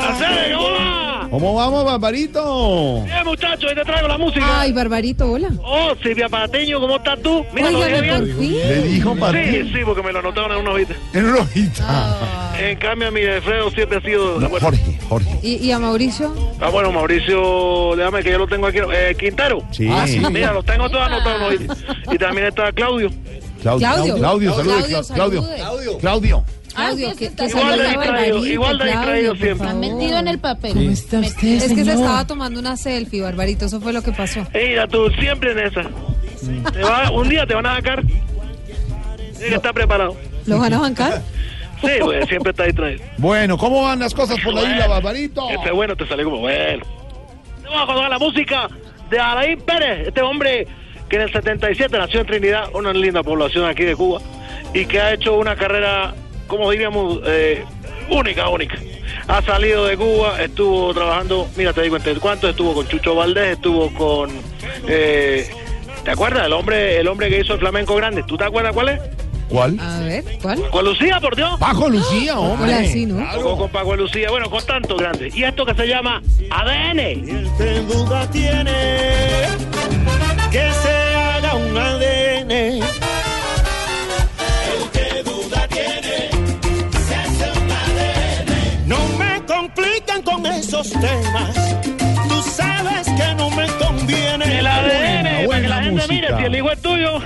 ¡Hacer! ¡Hola! ¿Cómo vamos, Barbarito? ¡Eh, muchachos! ¡Ahí te traigo la música! Ay, Barbarito, hola. ¡Oh, Silvia Patiño! ¿Cómo estás tú? Mira, ¿lo dije Óigame, por bien? fin. Le dijo para Sí, sí, porque me lo anotaron en una hojita. en una hojita. En cambio, mi Alfredo siempre ha sido... No, bueno, Jorge, Jorge. ¿Y, y a Mauricio? ah, bueno, Mauricio... Déjame que yo lo tengo aquí. Eh, Quintero. Sí. Ah, sí. Mira, los tengo todos anotados en una hojita. Y también está Claudio. Claudio. Claudio, saludos. Claudio, Claudio. salude. Claudio. Claudio. Claudio, que, que Igual de saluda a distraído, Barbarito, igual de distraído por siempre. favor. metido en el papel. Es que se estaba tomando una selfie, Barbarito, eso fue lo que pasó. Mira, tú siempre en esa. Te va- un día te van a sacar. Tienes que estar preparado. ¿Los van a bancar? Sí, pues, siempre está distraído. Bueno, ¿cómo van las cosas por la isla, Barbarito? Este bueno te salió como bueno. Te vamos a colocar la música de Alain Pérez, este hombre que en el 77 nació en Trinidad, una linda población aquí de Cuba, y que ha hecho una carrera, como diríamos, eh, única, única. Ha salido de Cuba, estuvo trabajando, mira, te digo entre cuánto, estuvo con Chucho Valdés, estuvo con... eh, ¿Te acuerdas? El hombre, el hombre que hizo el flamenco grande. ¿Tú te acuerdas cuál es? ¿Cuál? A ver, ¿cuál? Con Lucía, por Dios. Paco Lucía, hombre. Ah. Hola, sí, ¿no? Tocó con Paco de Lucía, bueno, con tantos grandes. Y esto que se llama ADN. Quien duda tiene que se haga un ADN. El que duda tiene se hace un ADN. No me complican con esos temas. Tú sabes que no me conviene. El ADN, para que buena la gente música. mire si el hijo es tuyo.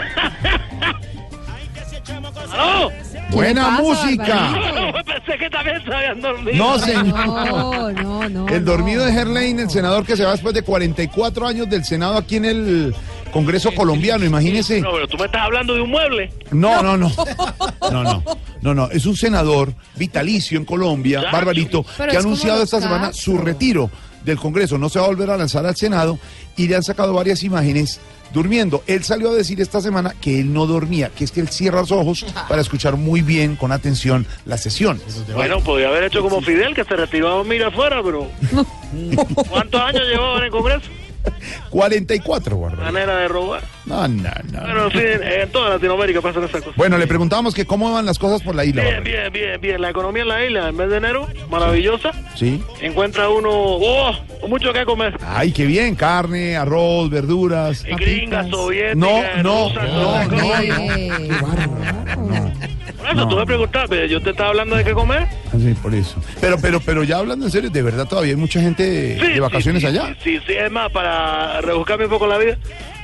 ¡Aló! Buena ¿Qué le pasa, música. Barbarito? Bueno, pensé que también se habían dormido. No, señor. No, no, no. El no. dormido de Gerlain, el senador que se va después de 44 años del Senado aquí en el Congreso colombiano, imagínese. No, pero tú me estás hablando de un mueble. No, no, no. No, no. No, no. Es un senador vitalicio en Colombia, Claro. Barbarito, Pero que ha es como anunciado los esta semana Castro. su retiro del Congreso. No se va a volver a lanzar al Senado y le han sacado varias imágenes durmiendo. Él salió a decir esta semana que él no dormía, que es que él cierra los ojos para escuchar muy bien, con atención, la sesión. Bueno, podría haber hecho como Fidel, que se retiró a mira afuera, pero... ¿Cuántos años llevaba en el Congreso? 44, Barbarito. Manera de robar. No, no, no. Bueno, en fin, en toda Latinoamérica pasan esas cosas. Bueno, le preguntamos que cómo van las cosas por la isla. Bien, Barbarito. bien, bien, bien. La economía en la isla, en mes de enero, maravillosa. Sí. Encuentra uno... ¡Oh! Mucho que comer. Ay, qué bien. Carne, arroz, verduras. Y gringas, Papitas. soviéticas, No, no, rusas, no, todas esas no, cosas. Eh, Por eso tú me preguntas, pero yo te estaba hablando de qué comer. Sí, por eso. Pero, pero, pero ya hablando en serio, de verdad todavía hay mucha gente de, Sí, de vacaciones sí, sí, allá. Sí, sí, es más, para rebuscarme un poco la vida,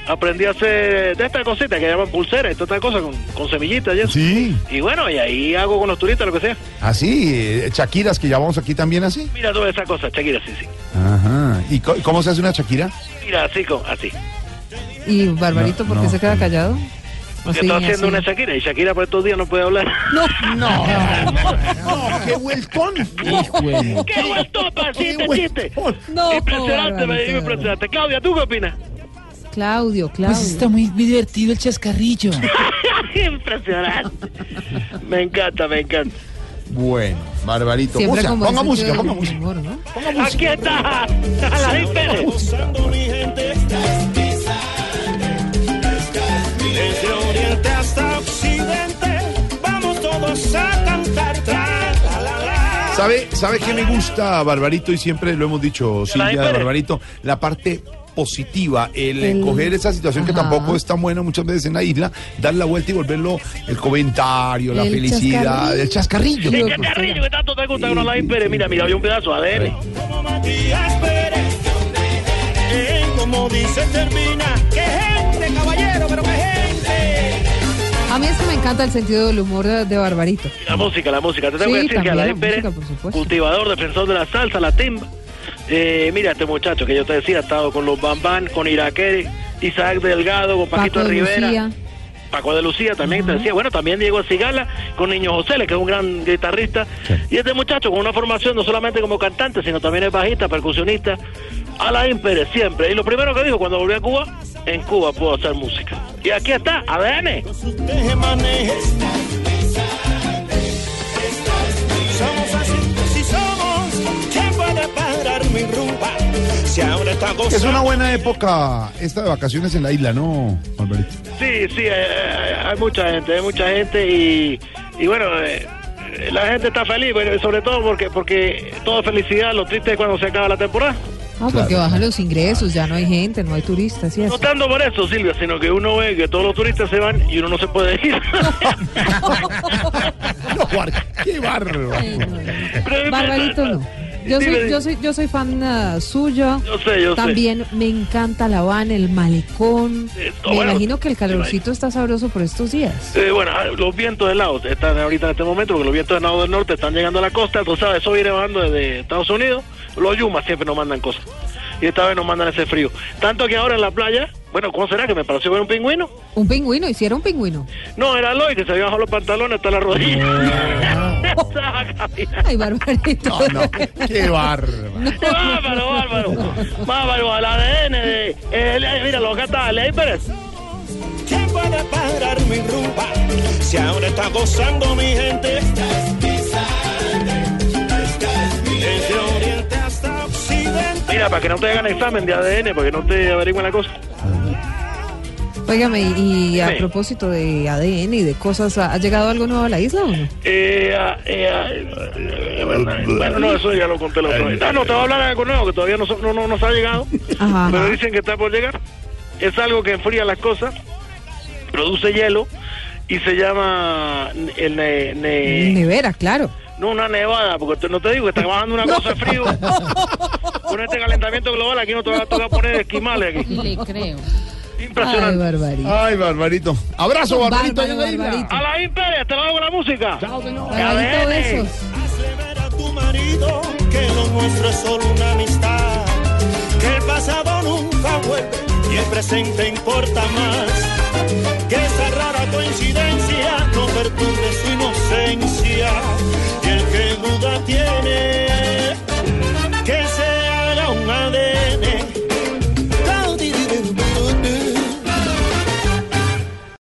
aprendí a hacer de estas cositas que llaman pulseras y todas estas cosas con, con semillitas y eso. Sí. Y bueno, y ahí hago con los turistas lo que sea. Así, eh, Shakiras que llamamos aquí también así. Mira todas esas cosas, Shakira, sí, sí. Ajá. ¿Y co- cómo se hace una Shakira? Mira, así, con, así. ¿Y Barbarito por qué No, se queda callado? Porque Así, estoy haciendo así. una Shakira y Shakira por estos días no puede hablar. No, no, qué vueltón. ¡Qué vuelto, pasiste, Qué este chiste! vueltón. No, impresionante, me Barbarito, digo impresionante. Claudia, ¿tú qué opinas? Claudio, Claudio. Pues está muy divertido el chascarrillo. impresionante. me encanta, me encanta. Bueno, Barbarito. Siempre Música, con ponga buen música, sentido ponga del música. humor, ¿no? Aquí está, Alain Pérez. Usando mi gente, esta es mi sangre, esta es mi ley. Desde oriente hasta occidente, vamos todos a cantar. tra, la, la, la. ¿Sabe, ¿Sabe qué me gusta, Barbarito? Y siempre lo hemos dicho, Silvia, de Pérez. Barbarito, la parte positiva, el, eh, coger esa situación que Ajá. tampoco es tan buena muchas veces en la isla, dar la vuelta y volverlo el comentario, la El felicidad, el chascarrillo. chascarrillo. Sí, ¿Qué carrillo que tanto te gusta con Alain Pérez? Mira, mira, había un pedazo de ADN. Como Matías Pérez, eh, como dice termina. ¡Qué gente, caballero, pero qué gente! A mí es que me encanta el sentido del humor de, de Barbarito. La música, la música. Te tengo Sí, que decir que también la Alain Pérez, música, por supuesto. cultivador, defensor de la salsa, la timba. Eh, mira, este muchacho que yo te decía, ha estado con los Bambán, con Iraquere, Isaac Delgado, con Paquito Paco de Rivera. Lucía. Paco de Lucía también te decía, bueno, también Diego Cigala con Niño José, que es un gran guitarrista. Y este muchacho con una formación no solamente como cantante, sino también es bajista, percusionista. Alain Pérez siempre. Y lo primero que dijo cuando volvió a Cuba, en Cuba puedo hacer música. Y aquí está, ADN. sus tejemanejes. Somos así, si somos, ¿quién puede parar mi rumba? Si ahora está Es gozando. una buena época esta de vacaciones en la isla, ¿no, Alvarito? Sí, sí, eh, eh, hay mucha gente, hay mucha gente y, y bueno, eh, la gente está feliz, bueno, sobre todo porque porque todo es felicidad, lo triste es cuando se acaba la temporada. No, porque bajan los ingresos, ya no hay gente, no hay turistas y No eso. tanto por eso, Silvia, sino que uno ve que todos los turistas se van y uno no se puede ir. No, Juan, qué bárbaro. Ay, no, no. Barbarito no. Yo soy, yo soy, yo soy fan ah, suya. Yo sé, yo sé. También me encanta La Habana, el malecón. Eh, no, Me bueno, imagino que el calorcito está sabroso por estos días. Eh, bueno, ah, los vientos helados están ahorita en este momento, porque los vientos helados del norte están llegando a la costa, tú sabes, eso viene bajando desde Estados Unidos, los yumas siempre nos mandan cosas, y esta vez nos mandan ese frío. Tanto que ahora en la playa, bueno, ¿cómo será que me pareció ver un pingüino? Un pingüino, hicieron un pingüino. No, era Lloyd que se había bajado los pantalones hasta la rodilla. Estaba caminando. Ay, Barbarito. No, no, qué bárbaro. Bárbaro, bárbaro. Bárbaro, al ADN. De, eh, eh, mira, los gatos de Ley Pérez. ¿Quién puede parar mi rumba? Si ahora está gozando mi gente. Desde oriente hasta occidente. Mira, para que no te hagan examen de ADN, porque no te averigüen la cosa. Óigame, y a Sí. propósito de ADN y de cosas, ¿ha ha llegado algo nuevo a la isla o no? Eh, ah, eh, ah, eh, bueno, no, eso ya lo conté la otra vez. Ah, no, te voy a hablar de algo nuevo que todavía no, so- no, no nos ha llegado, Ajá, pero ajá. dicen que está por llegar. Es algo que enfría las cosas, produce hielo y se llama el ne- Eh, ne- Nevera, claro. No, una nevada, porque te- no te digo que está bajando una cosa de frío. Con este calentamiento global aquí no te vas a tocar poner esquimales aquí. Le creo. Ay, Impresionante. Barbarito. Ay, Barbarito. Abrazo, Barbarito, allá Bárbaro, en la isla. Ah, Barbarito. Alain Pérez, te lo hago la música. Barbarito, ADN. besos. Hazle ver a tu marido que lo nuestro es solo una amistad. Que el pasado nunca vuelve y el presente importa más. Que esa rara coincidencia no perturbe su inocencia.